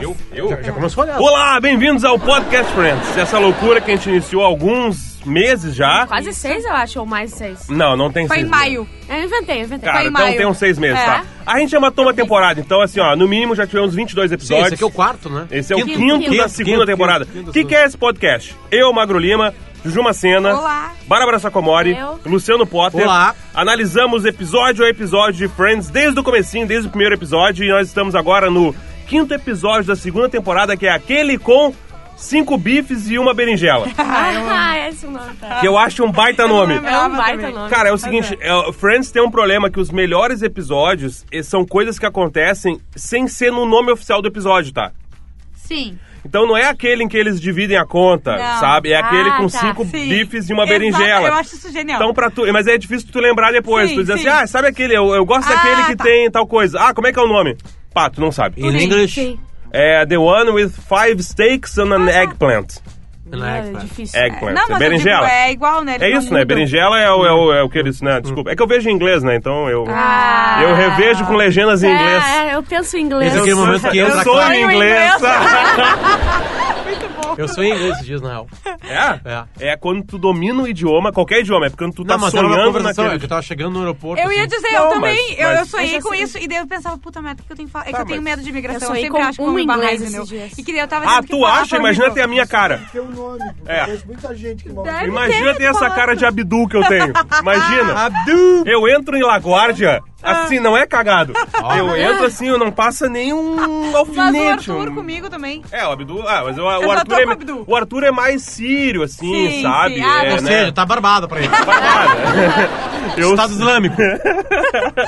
Eu? Já, já começou olhando. Olá, bem-vindos ao Podcast Friends. Essa loucura que a gente iniciou há alguns meses já. Quase seis, eu acho, ou mais de seis. Não, não tem Foi em seis maio. É, eu inventei, eu inventei. Cara, Foi em então maio. tem uns seis meses, É. tá? A gente já matou uma temporada, então assim, ó, no mínimo já tivemos 22 Sim, episódios. esse aqui é o quarto, né? Esse é o quinto, Quinto, da quinto, segunda quinto, temporada. quinto, quinto, O que, que é esse podcast? Eu, Magro Lima, Juju Macena, Olá. Bárbara Sacomori, Eu. Luciano Potter. Olá. Analisamos episódio a episódio de Friends desde o comecinho, desde o primeiro episódio. E nós estamos agora no quinto episódio da segunda temporada, que é aquele com cinco bifes e uma berinjela. Ah, é esse o nome, tá? que eu acho um baita nome. É um Lembrava baita também. nome. Cara, é o seguinte, é, o Friends tem um problema que os melhores episódios eh, são coisas que acontecem sem ser no nome oficial do episódio, tá? Sim. Então não é aquele em que eles dividem a conta, Não. sabe? É Ah, aquele com tá. cinco Sim. bifes e uma Exato, berinjela. eu acho isso genial. Então para tu, mas é difícil tu lembrar depois. Sim, tu diz assim: sim. "Ah, sabe aquele, eu, eu gosto Ah, daquele que tá. tem tal coisa". Ah, como é que é o nome? Pá, tu não sabe. In English. Sim. É The One with Five Steaks and an Eggplant. Não É, é, é cara. difícil. Eggplant. Ah, tá. é Não, mas eu digo, berinjela. é igual, né? Eles É não isso, né? mudam. Berinjela é o, é o, é o que eles, né? Desculpa. É que eu vejo em inglês, né? Então eu. Ah. Eu revejo com legendas em Ah. inglês. É, é, eu penso em inglês. Esse é aquele momento que eu entra a sou Clara. em inglês. Eu sou em inglês esses dias, na real. Tá é? É quando tu domina o idioma, qualquer idioma, é quando tu tá Não, mas era uma sonhando conversação, é que naquele. eu tava chegando no aeroporto. Eu ia assim. dizer, Não, eu também, mas- eu, mas- eu sonhei Mas com assim- isso, e daí eu pensava, puta merda, o que eu tenho que falar? É que Tá, eu tenho mas- medo de Eu imigração, eu, sonhei sempre com acho que eu um me inglês barrais, meu. esses dias. E que daí eu tava Ah, tendo que tu falar acha? pra um Imagina amigo. ter a minha cara. Tem um nome, porque É. eu conheço muita gente que mora. Deve Imagina ter, ter essa falando. cara de abdu que eu tenho. Tá Imagina. Abdu! Eu entro em Laguardia, Ah. assim, não é cagado. Eu entro assim, eu não passa nenhum Mas o alfinete. Arthur um- comigo também. É, o Abdu. Ah, mas o, o só Arthur tô é, com o Abdu. o Arthur é mais sírio, assim, Sim, sabe? sim. Ah, é, Ou seja, tá barbado pra ele. Eu Tá Estado Islâmico.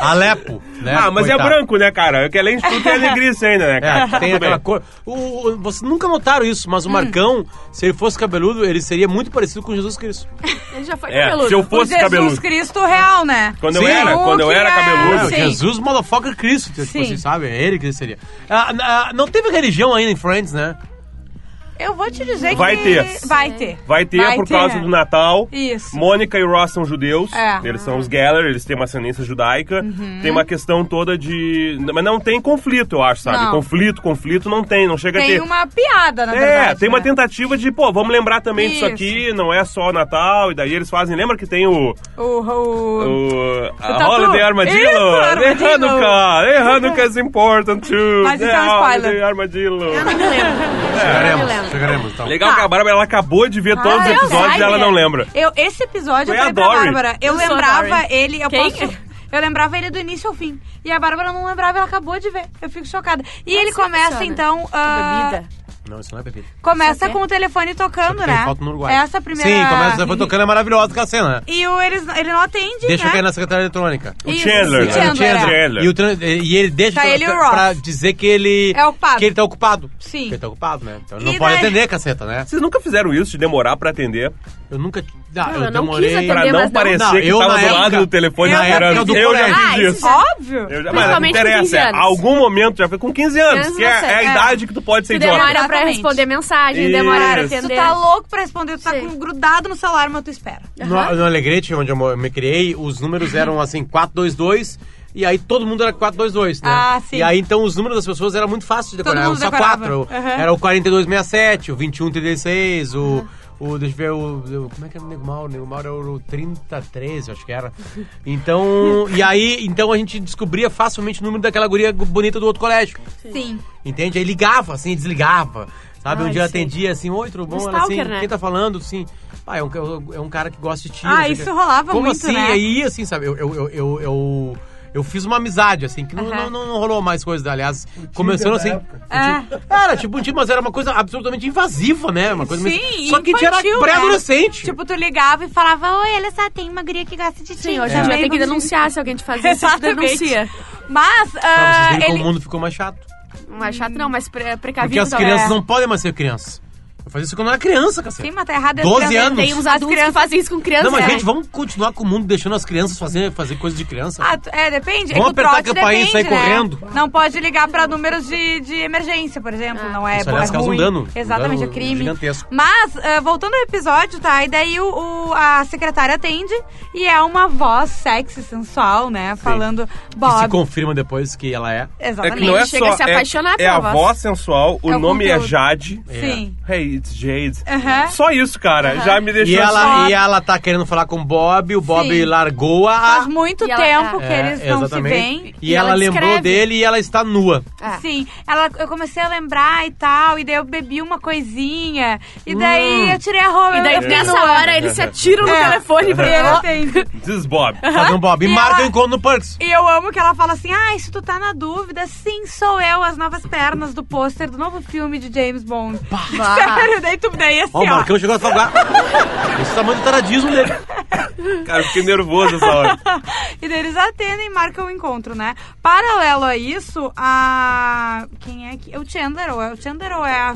Alepo. Né? Ah, mas Coitado. é branco, né, cara? Que além de tudo tem alegrice ainda, né, cara? É, tem Tudo aquela bem. cor. O, o- vocês nunca notaram isso, mas o Marcão, se ele fosse cabeludo, ele seria muito parecido com Jesus Cristo. Ele já foi É, cabeludo. se eu O fosse Jesus cabeludo. Cristo real, né? Quando eu Sim, era, o quando eu que era é, É, cabeludo. o Sim. Jesus motherfucker Cristo, tipo Sim. assim, sabe? É ele que ele seria. Ah, ah, não teve religião ainda em Friends, né? Eu vou te dizer Vai que... ter. Vai ter. Vai ter por causa do Natal. Isso. Mônica e Ross são judeus. É. Uhum. Eles são os Geller, eles têm uma ascendência judaica. Tem uma questão toda de. Mas não tem conflito, eu acho, sabe? Não. Conflito, conflito não tem, não chega a Tem ter. uma piada, na É, verdade. tem uma né? tentativa de, pô, vamos lembrar também disso Isso. aqui, não é só o Natal, e daí eles fazem. Lembra que tem o. O... o... O, a tatu. Holiday Armadillo. Isso, The Armadillo. Hanukkah. The Hanukkah is é important Né, too. Mas isso The é um spoiler. Holiday Armadillo. Eu lembro. Eu Chegaremos, lembro. chegaremos. Então. Legal que a Bárbara ela acabou de Ah, ver todos os é eu episódios sei, e ela não né? lembra. Eu, esse episódio Foi eu falei a pra Dory. Bárbara. Eu, Eu sou a lembrava Dory. ele. Eu Quem? posso. Eu lembrava ele do início ao fim. E a Bárbara não lembrava, ela acabou de ver. Eu fico chocada. E ele Assim começa, funciona. então. ah, Bebida. Não, isso não é bebida. Começa Isso com o telefone tocando, Porque né? Falta no Uruguai. Essa é a primeira. Sim, começa, depois tocando é maravilhosa aquela cena, né? E o, eles, ele não atende. Deixa né? eu cair na secretária eletrônica. O Isso, Chandler. o né? Chandler, é. E, o tran- e ele deixa Tá pra, ele e o Ross. pra dizer que ele. É ocupado. Que ele tá ocupado. Sim. Que ele tá ocupado, né? Então ele não E pode daí- atender, caceta, né? Vocês nunca fizeram isso de demorar pra atender? Eu nunca. Ah, eu não quis atender, Pra Entender, não mas não. parecer Não, que eu tava na do época- lado do telefone eu na esperando. época do eu já colégio. fiz Ah, isso. isso já- Óbvio. Eu já- mas não Principalmente com interessa. 15 é, anos. algum momento já foi com 15 anos, Criança, que é, é a é. idade que tu pode ser Tu idiota. demora pra Exatamente. responder mensagem, demora pra Isso. Tu atender. tá louco pra responder, tu tá Sim. com grudado no celular, mas tu espera. No, no Alegrete, onde eu mo- me criei, os números eram assim, 422. E aí todo mundo era 422, né? Ah, sim. E aí então os números das pessoas eram muito fáceis de Todo decorar. Eram mundo só decorava. quatro. Uhum. Era o 4267, o 2136, o. O, deixa eu ver, o, o- Como é que era o Nego Mauro? O Nego Mauro era o 3013, acho que era. Então. e aí, então a gente descobria facilmente o número daquela guria bonita do outro colégio. Sim. Entende? Aí ligava, assim, desligava. Sabe? Ai, um dia eu sei. atendia, assim, oi, tudo bom? Um Ela, assim, stalker, né? quem tá falando? Sim. Ah, é um, é um cara que gosta de ti. Ah, não sei o isso quê. rolava Como muito, assim? né? Aí, assim, sabe? Eu, eu, eu, eu, eu, eu fiz uma amizade, assim, que não- Aham. não, não, não rolou mais coisa. né? Aliás, começando da assim... época. É. um tipo- Era, tipo, um tipo, mas era uma coisa absolutamente invasiva, né? Uma coisa meio- Sim, Só que a gente era infantil, né? pré-adolescente. Tipo, tu ligava e falava, oi, olha só, tem uma guria que gosta de ti. Sim, hoje É. a gente vai ter que denunciar se alguém te fazer isso. a gente Exatamente. Denuncia. Mas, Pra ah, Tá, vocês verem ele... como o mundo ficou mais chato. Não é chato, não, mas pre- Porque precavido as talvez. crianças não podem mais ser crianças. Eu fazia isso quando eu era criança, cacete. Sim, é. mas tá errado. é 12 criança. anos. Tem uns adultos que crianças- fazem isso com criança. Não, mas né? gente, vamos continuar com o mundo deixando as crianças fazer, fazer coisa de criança? Ah, tu- é, Vamos depende. é que o apertar a trote campainha e depende, sair né? correndo. Não pode ligar pra números de, de emergência, por exemplo. Ah. Não é, Isso, aliás, é causa um ruim. dano, um Exatamente, dano é crime. gigantesco. Mas, eh, voltando ao episódio, tá? E daí o, o- a secretária atende e é uma voz sexy, sensual, né? Falando E se Bob. confirma depois que ela é. É Exatamente. que não é Chega só. a se apaixonar é, é pela a voz. voz sensual, o É o nome é conteúdo. Jade. Sim. Hey, it's Jade. É. Aham. Só isso, cara. Já me deixou E ela, assim. e ela tá querendo falar com o Bob, o Bob Sim. largou a. Faz muito E ela- tá. tempo que É, eles não se exatamente. veem. E, E ela, ela lembrou descreve. dele e ela está nua. É. Sim, ela, eu comecei a lembrar e tal, e daí eu bebi uma coisinha, e daí eu tirei a roupa. E daí eu fiquei nessa nua. hora eles se atiram no É. telefone pra E eu ela. atendo. This Bob. Fazendo Bob. E, E marca o ela- encontro no Perks. E eu amo que ela fala assim: ah, se tu tá na dúvida, sim, sou eu, as novas pernas do pôster do novo filme de James Bond. Sério, daí tu daí assim, Ó, o ó. Marcão chegou a falar. Esse é o tamanho do taradismo dele. Cara, eu fiquei nervoso essa hora. E daí eles atendem e marcam o encontro, né? Paralelo a isso, a. Quem é que. É o Chandler, ou é o Chandler ou é a.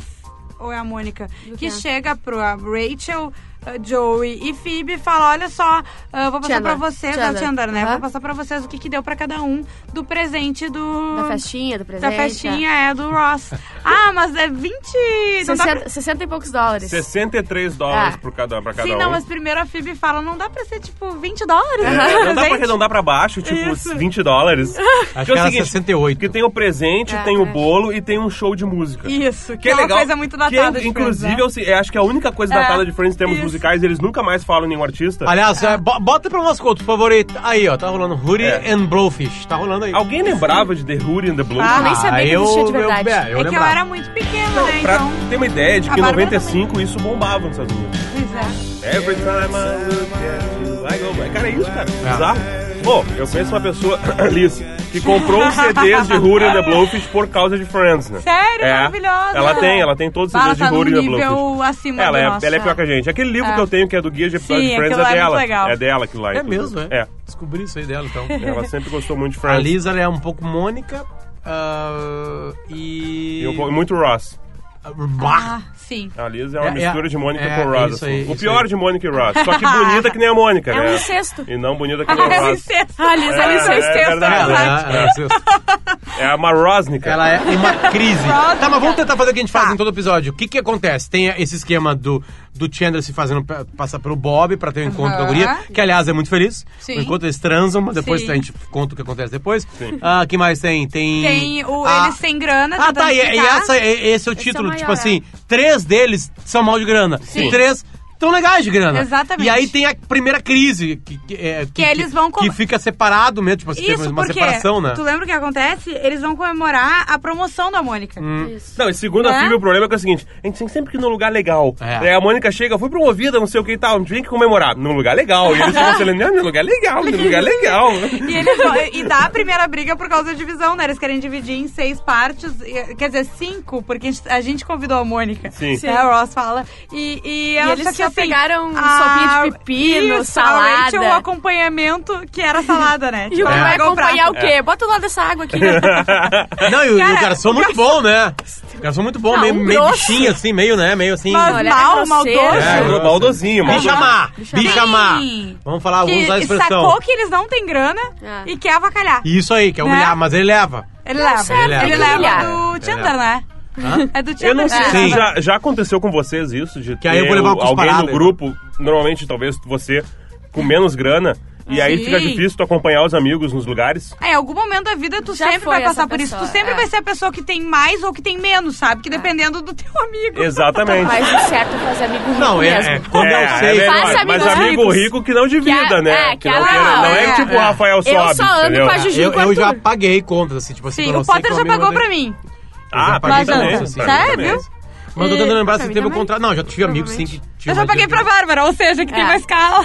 Ou é a Mônica? Que quê? chega pro a Rachel, a Joey e Phoebe e fala: Olha só, ah, vou passar Chandler. pra vocês. É o Chandler. Chandler, né? Aham. Vou passar pra vocês o que, que deu pra cada um do presente do. Da festinha, do presente. né? Da festinha, é, do Ross. Ah, mas é 20. é. Não dá pra... 60, 60 e poucos dólares. 63 dólares Ah. por cada, pra cada Sim, um. não, mas primeiro a Phoebe fala, não dá pra ser, tipo, 20 dólares. É, né, não dá pra presente? arredondar pra baixo, tipo, Isso. 20 dólares. Acho que é o era seguinte, 68. Porque tem o presente, É, tem o é. bolo e tem um show de música. Isso, que, é uma coisa muito que datada. é, de inclusive, Friends, né? eu, se- eu acho que é a única coisa É, datada de Friends em termos isso. musicais, eles nunca mais falam em nenhum artista. Aliás, é, bo- bota pra nós outro favorito. Aí, ó, tá rolando Hootie É. and Blowfish. Tá rolando aí. Alguém lembrava de The Hootie and the Blue? Ah, nem sabia que existia de verdade. Eu, é, eu é que eu lembrava. era muito pequena, né? pra Então, ter uma ideia de A que em Bárbara 95 isso bombava nos Estados Unidos. pois é. Every time I look at you, I go back. Cara, é isso, cara. É. Bizarro. Pô, eu conheço uma pessoa, Alice, que comprou os CDs de Hootie and the Blowfish por causa de Friends, né? Sério? É. Maravilhosa. Ela tem, ela tem todos os Ela CDs tá de num Hootie and the Blowfish. nível acima Ela do é, nosso. ela é pior que a gente. Aquele livro É. que eu tenho, que é do Guia de Episódio Sim, de Friends, aquilo lá é é muito dela. legal. É dela aquilo lá. É inclusive. mesmo, é. Descobri isso aí dela, então. Ela sempre gostou muito de A Friends. Lisa ela é um pouco Mônica. ah, e. E eu- e muito Ross. Bah! Ah, sim. A Liz é uma É, é, mistura de Mônica é, com Ross. isso aí, assim. o isso pior aí. de Mônica e Ross. Só que bonita que nem a Mônica, É né? um incesto. E não bonita que nem Ah, a ela é Ross. incesto. Ah, Lisa, ela é é incesto, verdade. exato. Ela, é- ela é- É a Marosnica. ela é uma crise. Rosa. tá, mas vamos tentar fazer o que a gente faz em todo episódio. O que que acontece? Tem esse esquema do, do Chandler se fazendo pa- passar pelo Bob pra ter um encontro com a Aham. guria, que aliás é muito feliz. Sim. Por enquanto eles transam, mas depois Sim. a gente conta o que acontece depois. Ah, que mais tem? Tem, Tem o, a- eles sem grana. Ah, tentando tá, e, e ficar. essa, e- esse é o é o título. tipo maior, assim, três deles são mal de grana. E três tão legais de grana. Exatamente. E aí tem a primeira crise, que, que, é, que, eles vão com- que fica separado mesmo, tipo assim, tem Isso, uma porque, separação, né? tu lembra o que acontece? Eles vão comemorar a promoção da Mônica. Não, e segundo a Né? Hã? Phoebe, o problema é que é o seguinte: a gente tem sempre que ir num lugar legal. É. Daí a Mônica chega, foi promovida, não sei o que e tal, a gente tem que comemorar. Num lugar legal. E eles ficam se lembrando, num lugar legal, num lugar legal. E, eles vão- e dá a primeira briga por causa da divisão, né? Eles querem dividir em seis partes, e- quer dizer, cinco, porque a gente- a gente convidou a Mônica. Sim. Né, a Ross fala. E, e, E ela eles só que só assim, pegaram a- sopinha de pepino, isso, A Rachel, o salada. acompanhamento que era salada, né? E o É. Tipo, ela vai pegou o prato. acompanhar o quê? Bota o lado dessa água aqui. Não, e o, e o Cara, garçom o muito bom, né? O garçom muito bom, Não, meio, um meio grosso. bichinho assim, meio, né? Meio assim. Mas Olha, mal, é maldoso. É, grosso. maldosinho, Me maldosinho. chamar, bichamar. me chamar. Sim. Vamos falar, vamos usar a Que expressão. sacou que eles não têm grana É. e quer avacalhar. Isso aí, que é Né? humilhar, mas ele leva. Ele leva. certo, Ele ele leva leva. do Ele Tinder, né? Hã? É do Tinder. Eu não sei que se Sim. leva. já, já aconteceu com vocês isso, de Que aí eu vou ter levar o- pros alguém paradas, no então. grupo, normalmente talvez você com menos grana, e aí Sim. fica difícil tu acompanhar os amigos nos lugares. É, em algum momento da vida tu Já sempre foi vai passar essa por isso. Tu pessoa, sempre é. vai ser a pessoa É. que tem mais ou que tem menos, sabe? Que dependendo do teu amigo. Exatamente. Mas o certo é fazer amigo rico Não, é, mesmo. é quando eu é sei. verdade, Faça mas amigos amigo ricos. rico que não divida, Que a- né? é, que que não, a- queira- não é, é, tipo o é. Rafael Eu Sobe, só ando entendeu? com a Juju. eu, com o eu já Arthur. paguei contas, assim, tipo assim, Sim, quando eu o sei Potter que o já amigo pagou vai- pra mim. Ah, pra mim Mas não, também. sim. pra assim, mim Sério? também. Mas eu tô tentando E- lembrar pra se mim teve o também. contrato. Não, já tive amigos sim que tinham Eu já mais paguei pra dinheiro. Bárbara, ou seja, que tem É. mais cala.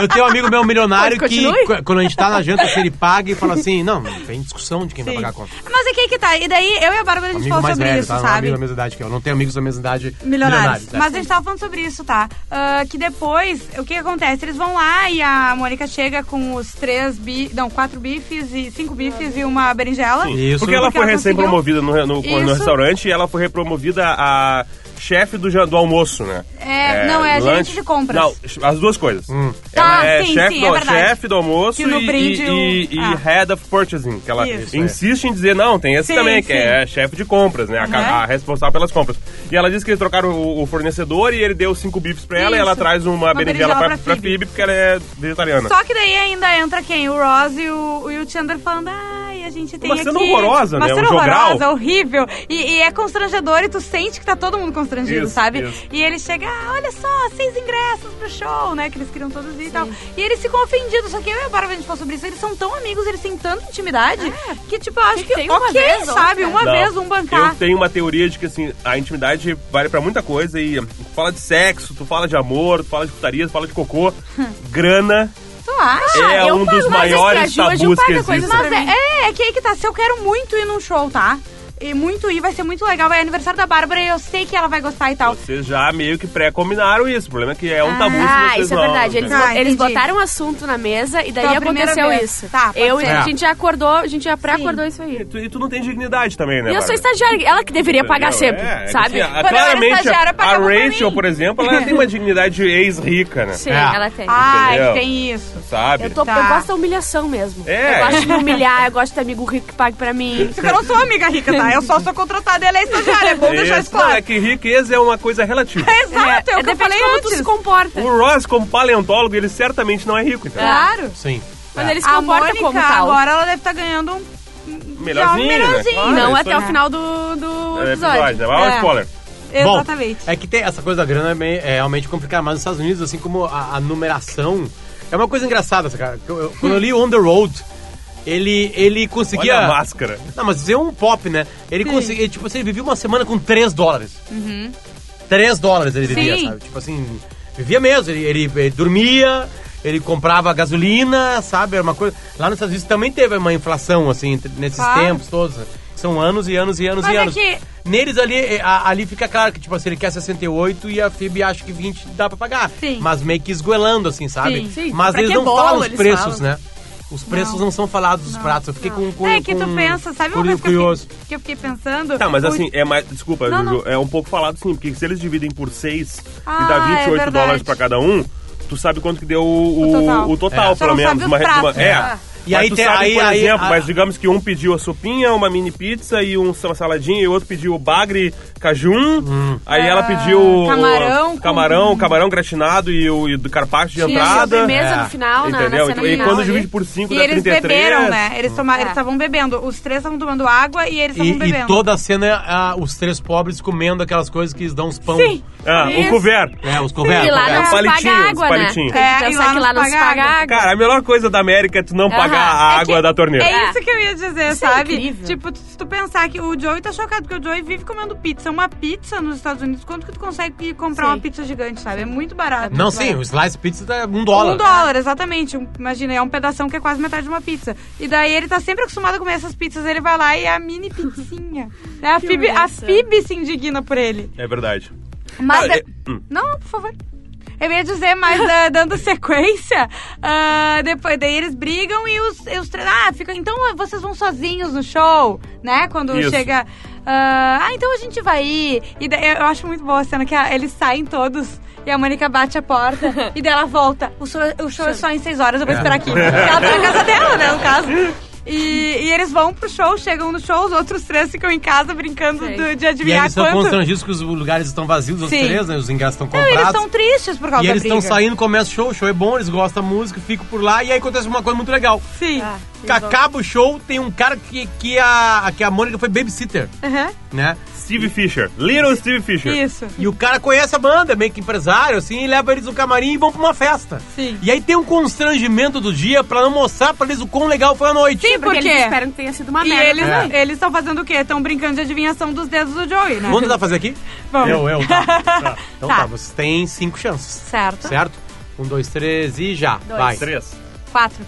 Eu tenho um amigo meu milionário Pois, que, continue. qu- quando a gente tá na janta, se ele paga e fala assim: não, não tem discussão de quem vai pagar a conta. Mas é que aí que tá. E daí eu e a Bárbara a gente Amigo falou mais sobre velho, isso, tá? Não é sabe? amigo da mesma idade que eu. Não tenho amigos da mesma idade. Milionários. milionários, é. Mas a gente tava falando sobre isso, tá? Ah, que depois, o que que acontece? Eles vão lá e a Mônica chega com os três bifes, não, quatro bifes e cinco bifes e uma berinjela. Porque ela Isso. Porque foi ela conseguiu- recém-promovida no, no, no Isso. restaurante e ela foi repromovida a chefe do, ja- do almoço, né? É, não, é gerente de compras. Não, as duas coisas. Tá, ela é sim, chefe sim, do, é verdade. chefe do almoço Que no e, brinde e- e- o- e ah. head of purchasing, que ela Isso, insiste em dizer, não, tem esse Sim, também, que sim. é chefe de compras, né? A, ca- Aham. a responsável pelas compras. E ela disse que eles trocaram o, o fornecedor e ele deu cinco bifes pra ela e Isso. ela traz uma, berinjela, pra, pra Phoebe, porque ela é vegetariana. Só que daí ainda entra quem? O Ross e o, e o Chandler falando, ai, a gente tem Uma aqui... cena horrorosa, uma né? Um cena jogral. horrorosa, horrível. E, e é constrangedor e tu sente que tá todo mundo constrangido, Isso, sabe? isso. E ele chega, ah, olha só, seis ingressos pro show, né? Que eles queriam todos ir e tal. E eles ficam ofendidos, só que eu e a Bárbara, a gente falou sobre isso, eles são tão amigos, eles têm tanta intimidade, que tipo, eu acho que, tem É. uma ok, vez, sabe? outra. Uma Não. vez, um Eu bancar. tenho uma teoria de que, assim, a intimidade vale pra muita coisa e tu fala de sexo, tu fala de amor, tu fala de putaria, tu fala de cocô, grana Tu acha? é Ah, eu um pago dos mais um maiores extra, Ju, a Ju tabus que paga coisas existem. Mas pra mim. é, é que aí que tá. Se eu quero muito ir num show, tá? E muito ir, vai ser muito legal. É aniversário da Bárbara e eu sei que ela vai gostar e tal. Vocês já meio que pré-combinaram isso. O problema é que é um tabu se Ah, vocês né? isso é não- verdade. Eles, entendeu? Ah, eles entendi. botaram um assunto na mesa e daí Pela primeira aconteceu vez. isso. Tá, pode eu, ser. A gente já acordou, a gente já pré-acordou isso E aí. tu, e tu não tem dignidade também, né? E eu sou Bárbara? estagiária, ela que deveria pagar Entendeu? sempre, É, é que sabe? assim, a- Quando eu era claramente, estagiária, a, pagava pra mim. Rachel, por exemplo, ela tem uma dignidade de ex-rica, né? Sim, É. ela tem. Ai, Entendeu? Ah, tem isso. Sabe? Eu, tô, Tá. eu gosto da humilhação mesmo. É. Eu gosto de me humilhar, eu gosto de ter amigo rico que pague pra mim. Porque eu não sou amiga rica, tá? Eu só sou contratada e ela é estagiária. É bom deixar isso Isso, não, é claro. que riqueza é uma coisa relativa. Ah, Exato, é, o que eu depende falei de como tu antes. se comporta. O Ross, como paleontólogo, ele certamente não é rico, entendeu? Claro. Sim. Mas É. ele se A comporta Mônica, como tal. agora ela deve estar ganhando um... Melhorzinho, né? melhorzinho. Claro, não é isso até aí. o final do, do É episódio. episódio, né? Mas é um É. spoiler. Bom, Exatamente. é que tem essa coisa da grana é, meio- é realmente complicada, mas nos Estados Unidos, assim como a, a numeração, é uma coisa engraçada, essa cara. que eu- eu- quando eu li On the Road, ele, ele conseguia. Olha a máscara. Não, mas isso é um pop, né? Ele conseguia, tipo, assim, ele vivia uma semana com 3 dólares. Uhum. 3 dólares ele vivia, Sim. sabe? Tipo assim, vivia mesmo. Ele, ele- ele dormia, ele comprava gasolina, sabe? Era uma coisa. Lá nos Estados Unidos também teve uma inflação, assim, entre- nesses Claro. tempos todos. né? São anos e anos e anos Mas e é anos. que- Neles ali, eh, a- ali fica claro que, tipo assim, ele quer 68 e a FIB acha que 20 dá pra pagar. Sim. Mas meio que esgoelando, assim, sabe? Sim. Sim. Mas Pra eles que não bola falam os eles preços, falam? né? Os preços não, são falados, os pratos. Eu fiquei com, com. é que tu com- pensa, sabe uma curi- coisa que eu, curioso. fiquei, que eu fiquei pensando? Tá, mas O- assim, é mais. Desculpa, Não, Juju, é um pouco falado sim, porque se eles dividem por 6 e Ah, dá é 28 verdade. dólares pra cada um, tu sabe quanto que deu o, O total. o- o total, É. Só pelo não menos. sabe os Uma, uma, pratos, é. né? E E aí aí tu tem- sabe, aí- por aí- exemplo, a- mas digamos que um pediu a sopinha, uma mini pizza e um, uma saladinha, e o outro pediu o bagre cajun, aí ela pediu o- Hum. Ah, camarão o com- camarão, camarão gratinado e o, e do carpaccio de Tinha entrada. sobremesa É. no né, final, Entendeu? na- na, Então, cena e final quando ali. divide por 5 E dá eles 33. beberam, né? Eles tomaram, É. eles estavam bebendo. Os três estavam tomando água e eles E, estavam e bebendo. toda a cena é ah, os três pobres comendo aquelas coisas que eles dão os pão. Sim. Ah, o Isso. couvert. É, os cobertos. E lá É, não os se palitinhos, os paga água, né? Tem palitinhos. que É, e pensar lá que lá não se paga água. Cara, a melhor coisa da América é tu não pagar a É que- água da torneira. É isso que eu ia dizer, Isso é sabe? incrível. tipo, tu- se tu pensar que o Joey tá chocado, porque o Joey vive comendo pizza. Uma pizza nos Estados Unidos, quanto que tu consegue comprar Sim. uma pizza gigante, sabe? É muito barato. Não, muito sim, barato. o slice pizza tá um Um dólar. dólar, exatamente. Um- Imagina, é um pedação que é quase metade de uma pizza. E daí ele tá sempre acostumado a comer essas pizzas, ele vai lá e é a mini pizzinha. né? a, Que Phoebe, a massa. Phoebe se indigna por ele. É verdade. Mas. Ah, é- é- hum. Não, não, por favor. Eu ia dizer, mas ah, dando sequência, ah, depois daí eles brigam e os, e os três. Ah, fica, então vocês vão sozinhos no show, né? Quando Isso. chega. ah, ah, então a gente vai ir. E daí, eu, eu acho muito boa a cena que a- eles saem todos. E a Mônica bate a porta e daí ela volta. O show, o show é só em seis horas, eu vou esperar aqui. É. Ela tá na casa dela, né, no caso. E, e eles vão pro show, chegam no show, os outros três ficam em casa brincando Sim. do- de E aí adivinhar eles estão quanto. constrangidos que os lugares estão vazios, os Sim. três, né? Os ingressos estão Não, eles comprados. estão tristes por causa E da eles briga. estão saindo, começa o show, o show é bom, eles gostam da música, ficam por lá e aí acontece uma coisa muito legal. Sim. Ah, Que acaba o show, tem um cara que, que, a, que a Mônica foi babysitter, Aham. né? Steve Fisher. Little Steve Fisher. Isso. E o cara conhece a banda, é meio que empresário, assim, e leva eles no camarim e vão pra uma festa. Sim. E aí tem um constrangimento do dia pra não mostrar pra eles o quão legal foi a noite. Sim, Porque porque eles esperam que tenha sido uma E merda. eles É. eles estão fazendo o quê? Estão brincando de adivinhação dos dedos do Joey, né? Vamos tentar fazer aqui? Vamos. Eu, eu, tá. Tá. Então tá. Tá. vocês têm cinco chances, Certo. certo? Um, dois, três e já. Vai. Três. Quatro.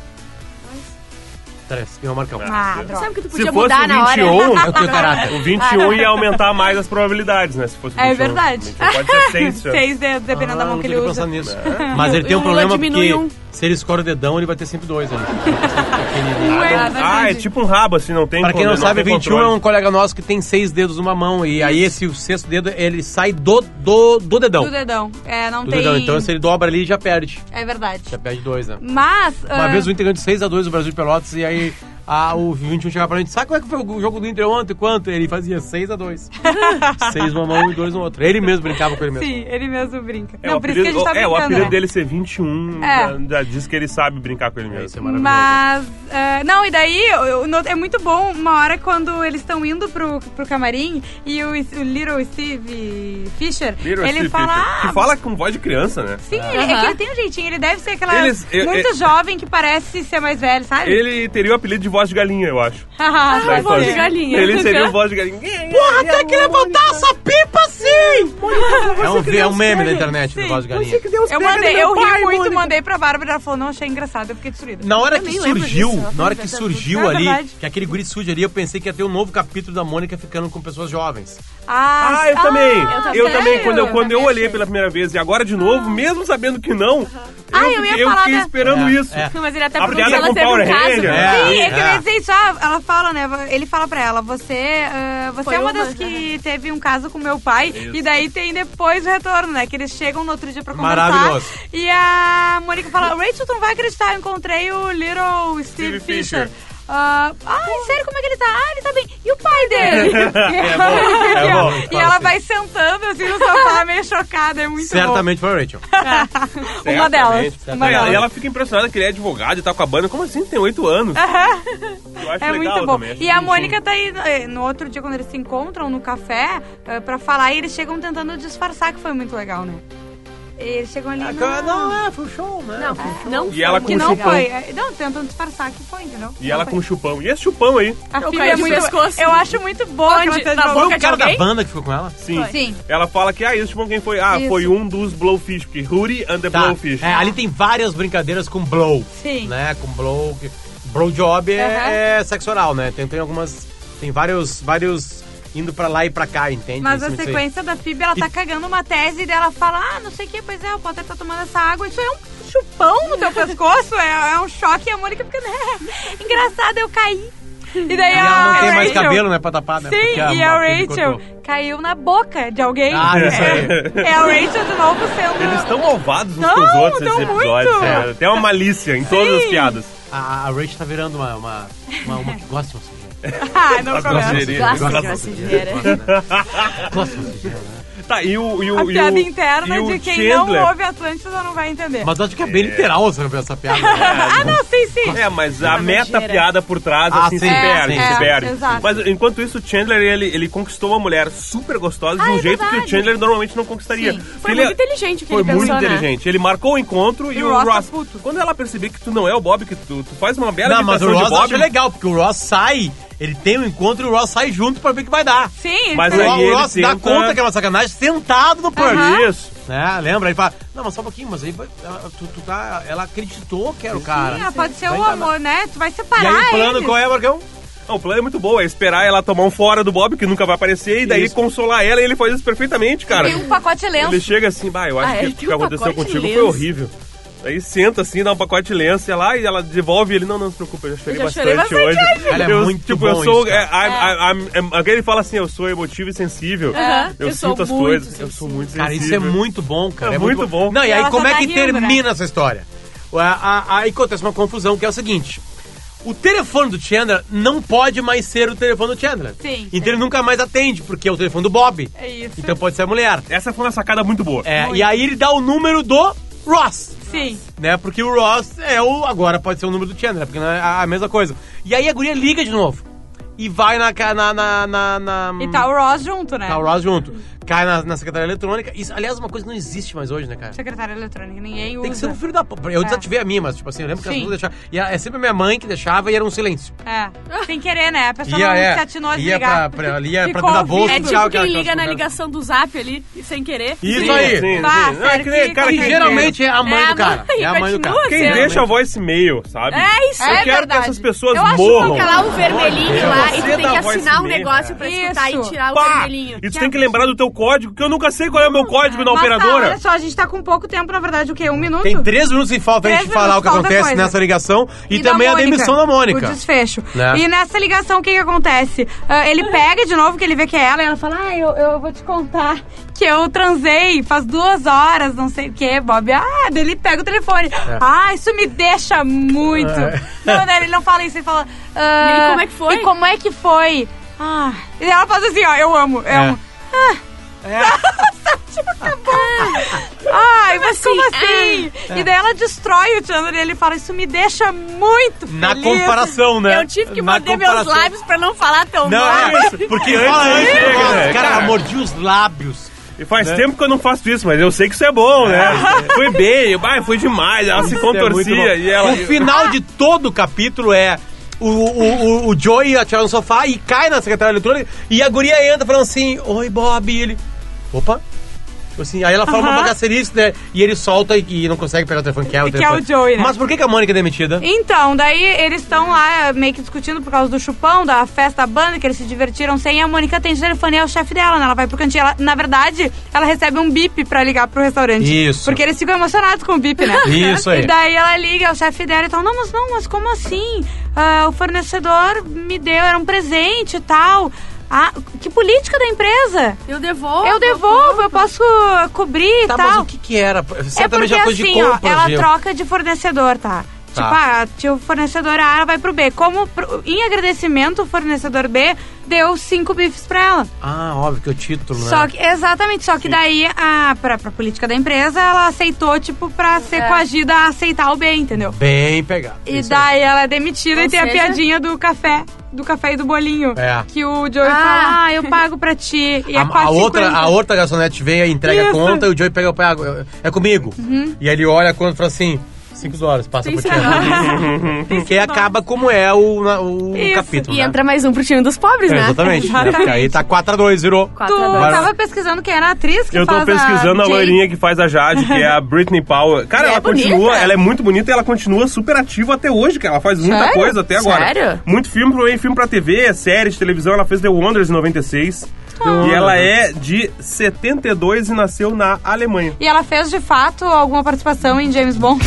Três. Ganhou o Marcão. Ah, Sabe droga. que tu Se podia fosse um mudar na hora? o 21, É o teu caráter. o 21 ia aumentar mais as probabilidades, né? Se fosse o É 21. verdade. 21 pode ser seis chances. Seis dedos, dependendo da Ah, mão não que tinha ele usa. pensar nisso. Mas ele tem um E o Lula problema diminui porque um. né? se ele escolhe o dedão, ele vai ter sempre dois ali. Ah, Não Ah, é entendi. tipo um rabo, assim, não tem Pra quem con- não sabe, tem 21 é controle. um colega nosso que tem seis dedos numa mão. E aí esse o sexto dedo, ele sai do, do, do dedão. Do dedão. É, não Do tem... dedão. Então se ele dobra ali, já perde. É verdade. Já perde dois, né? Mas... Uma ah, vez o Inter ganhou de 6x2 o Brasil de Pelotas e aí a- o 21 chegava pra gente, sabe como é que foi o jogo do Inter ontem? Quanto? Ele fazia 6x2. 6 numa mão e 2 no outro. Ele mesmo brincava com ele mesmo. Sim, ele mesmo brinca. É, não, o por isso que a apelido, gente tá é, brincando, o apelido né? dele ser 21 É. já, já diz que ele sabe brincar com ele É, mesmo. Isso é maravilhoso. Mas, é, não, e daí eu- eu not- é muito bom uma hora quando eles estão indo pro, pro camarim e o, o Little Steve Fisher, Little ele Steve fala. Fisher, "Ah, Que fala com voz de criança, né? Sim, ele, é Aham. que ele tem um jeitinho, ele deve ser aquela Eles- eu- muito eu- jovem que parece ser mais velho, sabe? Ele teria o apelido de voz de galinha, eu acho. Ah, Da voz de infância. galinha. Ele seria o voz de galinha. Porra, tem que é levantar essa pipa assim! É um, é um meme da internet, o Sim. negócio de galinha. eu é mandei, eu ri muito, mandei pra Bárbara, ela falou, não, achei engraçado, eu fiquei destruída. Na hora Eu que nem lembro surgiu, disso, ela na hora foi que inventar surgiu tudo. É ali, verdade. que aquele guri sujo ali, eu pensei que ia ter um novo capítulo da Mônica ficando com pessoas jovens. Ah, Ah, eu também. eu Eu, também. também, quando eu, Sério? quando eu Também olhei achei. pela primeira vez e agora de novo, mesmo sabendo que não, Ah, eu eu, ia fiquei- eu falar fiquei da- esperando É, isso. é. Não, mas ele até A perguntou se piada ela com teve Power um caso. Ranger. né? É. Sim, é que é. eu ia dizer isso. Ah, ela fala, né? Ele fala pra ela, você, ah, você Foi é uma, uma, das que né? teve um caso com meu pai. E daí tem depois o retorno, né? Que eles chegam no outro dia pra conversar. Maravilhoso. E a Mônica fala, Rachel, tu não vai acreditar, eu encontrei o Little Steve Steve, Fisher. Fisher. Ah, ai, sério, como é que ele tá? Ah, ele tá bem. E o pai dele? É bom, é bom. e ela vai sentando assim no sofá, meio chocada, é muito Certamente foi a Rachel. bom. Uma delas. certamente. Uma Aí ela, e delas. ela fica impressionada que ele é advogado e tá com a banda. Como assim? Tem oito anos. Eu acho É legal muito bom. também, acho E a bonitinho. Mônica tá aí eh, no outro dia, quando eles se encontram no café eh, pra falar, e eles chegam tentando disfarçar, que foi muito legal, né? E eles chegam ali. não, é, foi um show, né? Não, não E ela foi. com que não chupão. foi. Eh, Não, tentam disfarçar que foi, entendeu? E Não ela foi. com o chupão. E esse chupão aí? A Eu filha caí é de muito. pescoço. Eu acho muito boa Onde? que ela fez Na uma Foi boca o de cara da alguém? banda que ficou com ela? Sim. Sim. Ela fala que, ah, esse chupão quem foi? Ah, Isso. foi um dos Blowfish, porque Rudy and the Blowfish. É, ali tem várias brincadeiras com blow. Sim. Né? Com blow. que- Blowjob é, Aham. é sexo oral, né? Tem, tem algumas. Tem vários. vários indo pra lá e pra cá, entende? Mas Em cima a disso aí. sequência da Phoebe, ela tá cagando uma tese e dela fala: Ah, não sei o que, pois é, o Potter tá tomando essa água. Isso é um chupão no teu pescoço? É, é um choque. E a Mônica fica, né? Engraçado, eu caí. E daí E é a ela não tem mais Rachel- cabelo, né? Pra tapar, né? Sim, Porque e a Phoebe Rachel cortou. caiu na boca de alguém. Ah, isso aí. é, é a Rachel de novo sendo. Eles estão malvados uns Não, com os outros esses tão episódios. muito. né? Tem uma malícia em todas as piadas. A, a Rachel tá virando uma. uma, uma, uma que gosta de uma sujeira. Ah, não Nossa, começa. gente. Gosta de Gosta uma sujeira. Gosta, né? Gosta de uma sujeira. né? Tá, e o. E o A e o, piada interna e o de quem Chandler- não ouve Atlântida não vai entender. Mas eu acho que é bem literal essa, essa piada. né? Ah, não, sim, sim. É, mas a Uma meta nojeira. piada por trás, Ah, assim, sim, se é, perde, sim. se É, perde. exato. Mas enquanto isso, o Chandler, ele, ele conquistou uma mulher super gostosa de um jeito que o Chandler normalmente não conquistaria. Ah, é Sim. Porque Foi ele- é muito inteligente o que Foi ele pensou, muito né? inteligente. Ele marcou o encontro e, E o o Ross Ross. tá puto. Quando ela perceber que tu não é o Bob, que tu, tu faz uma bela Não, mas o imitação é de Ross eu Bob. acho legal, porque o Ross sai, ele tem um encontro e o Ross sai junto pra ver o que vai dar. Sim, ele Mas O, fez- aí- ele o Ross dá tenta- conta que é uma sacanagem sentado no Pearl. é Isso. Né? Lembra? Ele fala, não, mas só um pouquinho, mas aí vai- ela- tu, tu tá, ela acreditou que era o cara. Sim, ah, pode ser Vai o dar- amor, né? Tu vai E separar aí o plano eles. qual é, Marcão? Não, o plano é muito bom, é esperar ela tomar um fora do Bob, que nunca vai aparecer, e daí Isso. consolar ela, e ele faz isso perfeitamente, cara. Tem um pacote lenço. Ele chega assim, bah, eu acho Ah, que ele o tem que um aconteceu pacote de contigo foi lenço. horrível. Aí senta assim, dá um pacote de lenço, e ela, e ela devolve ele, não, não se preocupe, eu já chorei, Eu já bastante, chorei bastante hoje. Ela é eu, muito tipo, bom eu sou. isso, cara. é, I'm- I'm- I'm- alguém ele fala assim, eu sou emotivo e sensível. Aham, Eu, eu sou sinto as muito coisas, eu sensível. sou muito sensível. Cara, isso é muito bom, cara. É muito bom. Não, e E aí ela como só é tá que rindo, termina essa história? A- a- Aí acontece uma confusão, que é o seguinte. O telefone do Chandler não pode mais ser o telefone do Chandler. Sim. Então ele nunca mais atende, porque é o telefone do Bob. É isso. Então pode ser a mulher. Essa foi uma sacada muito boa. É, e aí ele dá o número do Ross, Sim. né? Porque o Ross é o. Agora pode ser o número do Chandler, porque não é a a mesma coisa. E aí a guria liga de novo. E vai na. ca- na, na, na, na E tá o Ross junto, né? tá o Ross junto. Cai na, na secretária eletrônica. Isso, aliás, é uma coisa que não existe mais hoje, né, cara? Secretária eletrônica, ninguém usa. Tem que ser um filho da. p- Eu É. desativei a minha, mas, tipo assim, eu lembro que as Sim. pessoas deixavam. E a- é sempre a minha mãe que deixava e era um silêncio. É. Sem querer, né? A pessoa não é, se atinou a ia desligar. pra, pra, ali ia pra Ficou dentro da bolsa ouvindo. É e tipo tirava quem aquela- liga na aquela- ligação do zap ali, sem querer. Isso Sim, aí. sim, Bah, sim. Não, é sério que nem- que- cara, Que quem geralmente é a mãe É do a cara. mãe, É a mãe do cara. continua Quem Zero. deixa é a voz e-mail, sabe? É isso. Eu É quero verdade. que essas pessoas Eu acho que morram. fica lá o vermelhinho lá e Você tu tem dá que voz assinar um e-mail, cara. negócio pra escutar Isso. e tirar o Pá! vermelhinho. E tu tem que lembrar do teu código, que eu nunca sei qual é o meu código na Mas tá, operadora. olha só, a gente tá com pouco tempo, na verdade, o quê? Um minuto? Tem três minutos em falta pra Três gente falar o que minutos, falta acontece coisa. nessa ligação e, da também a Mônica, demissão da O Mônica. desfecho. Né? E nessa ligação, o que que acontece? Ah, ele pega de novo, que ele vê que é ela, e ela fala, ah, eu, eu vou te contar que eu transei faz duas horas, não sei o quê, Bob. Ah, daí ele pega o telefone. É. Ah, isso me deixa muito. Não, né, ele não fala isso, ele fala... ah, E aí, como é que foi? E como é que foi? Ah, e ela faz assim, ó, eu amo, É. eu amo. Ah. tipo, Ai, mas como assim? E daí ela destrói o Chandler e ele fala, isso me deixa muito feliz. Na comparação, né? Eu tive que Na morder meus comparação. lábios pra não falar teu Não, nome. é isso. Porque ele Antes fala chega, antes, né, nossa, cara, é cara? mordi os lábios. E faz tempo que eu não faço isso, mas eu sei que isso Né? é bom, né? Foi bem, vai, foi demais. Ela se muito bom. contorcia e ela. O final de todo o capítulo é. O, o, o, o Joey atirado no sofá e cai na secretária eletrônica e a guria entra falando assim: Oi, Bob. E ele. Opa! Assim, aí ela fala uma bagacerice, né? E ele solta e, e não consegue pegar o telefone, que é o Que é telefone. o Joey, né? Mas por que, que a Mônica é demitida? Então, daí eles estão lá eh, meio que discutindo por causa do chupão, da festa da banda, que eles se divertiram sem. E a Mônica atende o telefone e é o chefe dela, né? Ela vai pro cantinho. Ela, na verdade, ela recebe um bip pra ligar pro restaurante. Isso. Porque eles ficam emocionados com o bip, né? Isso aí. E daí ela liga, é o chefe dela e tal. Não, mas não, mas como assim? Ah, o fornecedor me deu, era um presente e tal. Ah, que política da empresa? Eu devolvo. eu devolvo, eu posso cobrir e Tá, tal. mas o que que era? É Certamente porque já foi de assim, ó, compras, ela viu? troca de fornecedor, tá? Tá. Tipo, ah, tinha o fornecedor A, ela vai pro B. Como, pro- em agradecimento, o fornecedor B deu cinco bifes pra ela. Ah, óbvio que é o título, né? Só que, exatamente, só que daí, a, pra, pra política da empresa, ela aceitou, tipo, pra ser É. coagida a aceitar o B, entendeu? Bem pegado. E Isso aí. daí ela é demitida Ou e tem a seja- piadinha do café, do café e do bolinho. É. Que o Joey Ah. fala, ah, eu pago pra ti. E é A, a outra, 4,50. a outra garçonete vem, aí entrega a Isso. Uhum. conta e o Joey pega o pago. É comigo. E aí ele olha a conta e fala assim: 5 horas, passa por ti. Porque acaba como é o, na- o Isso. capítulo. E né? entra mais um pro time dos pobres, É, né? Exatamente. né? Porque aí tá 4x2, virou. Tu 4 a 2. tava pesquisando quem era a atriz que Eu tô faz pesquisando a, BJ? loirinha que faz a Jade, que é a Britney Power. Cara, E é ela bonita. continua, ela é muito bonita e ela continua super ativa até hoje, cara. Ela faz muita Sério? coisa até agora. Sério? Muito filme, também filme pra TV, série de televisão. Ela fez The Wonders em 96. Ah. E ela é de 72 e nasceu na Alemanha. E ela fez de fato alguma participação em James Bond?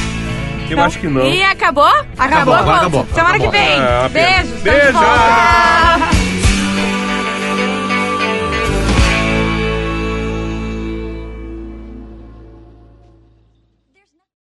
Eu acho que não. Então, E acabou? Acabou, agora bom. acabou. Semana que Acabou. vem. É, uma pena. Beijos. tamo de Beijo! volta.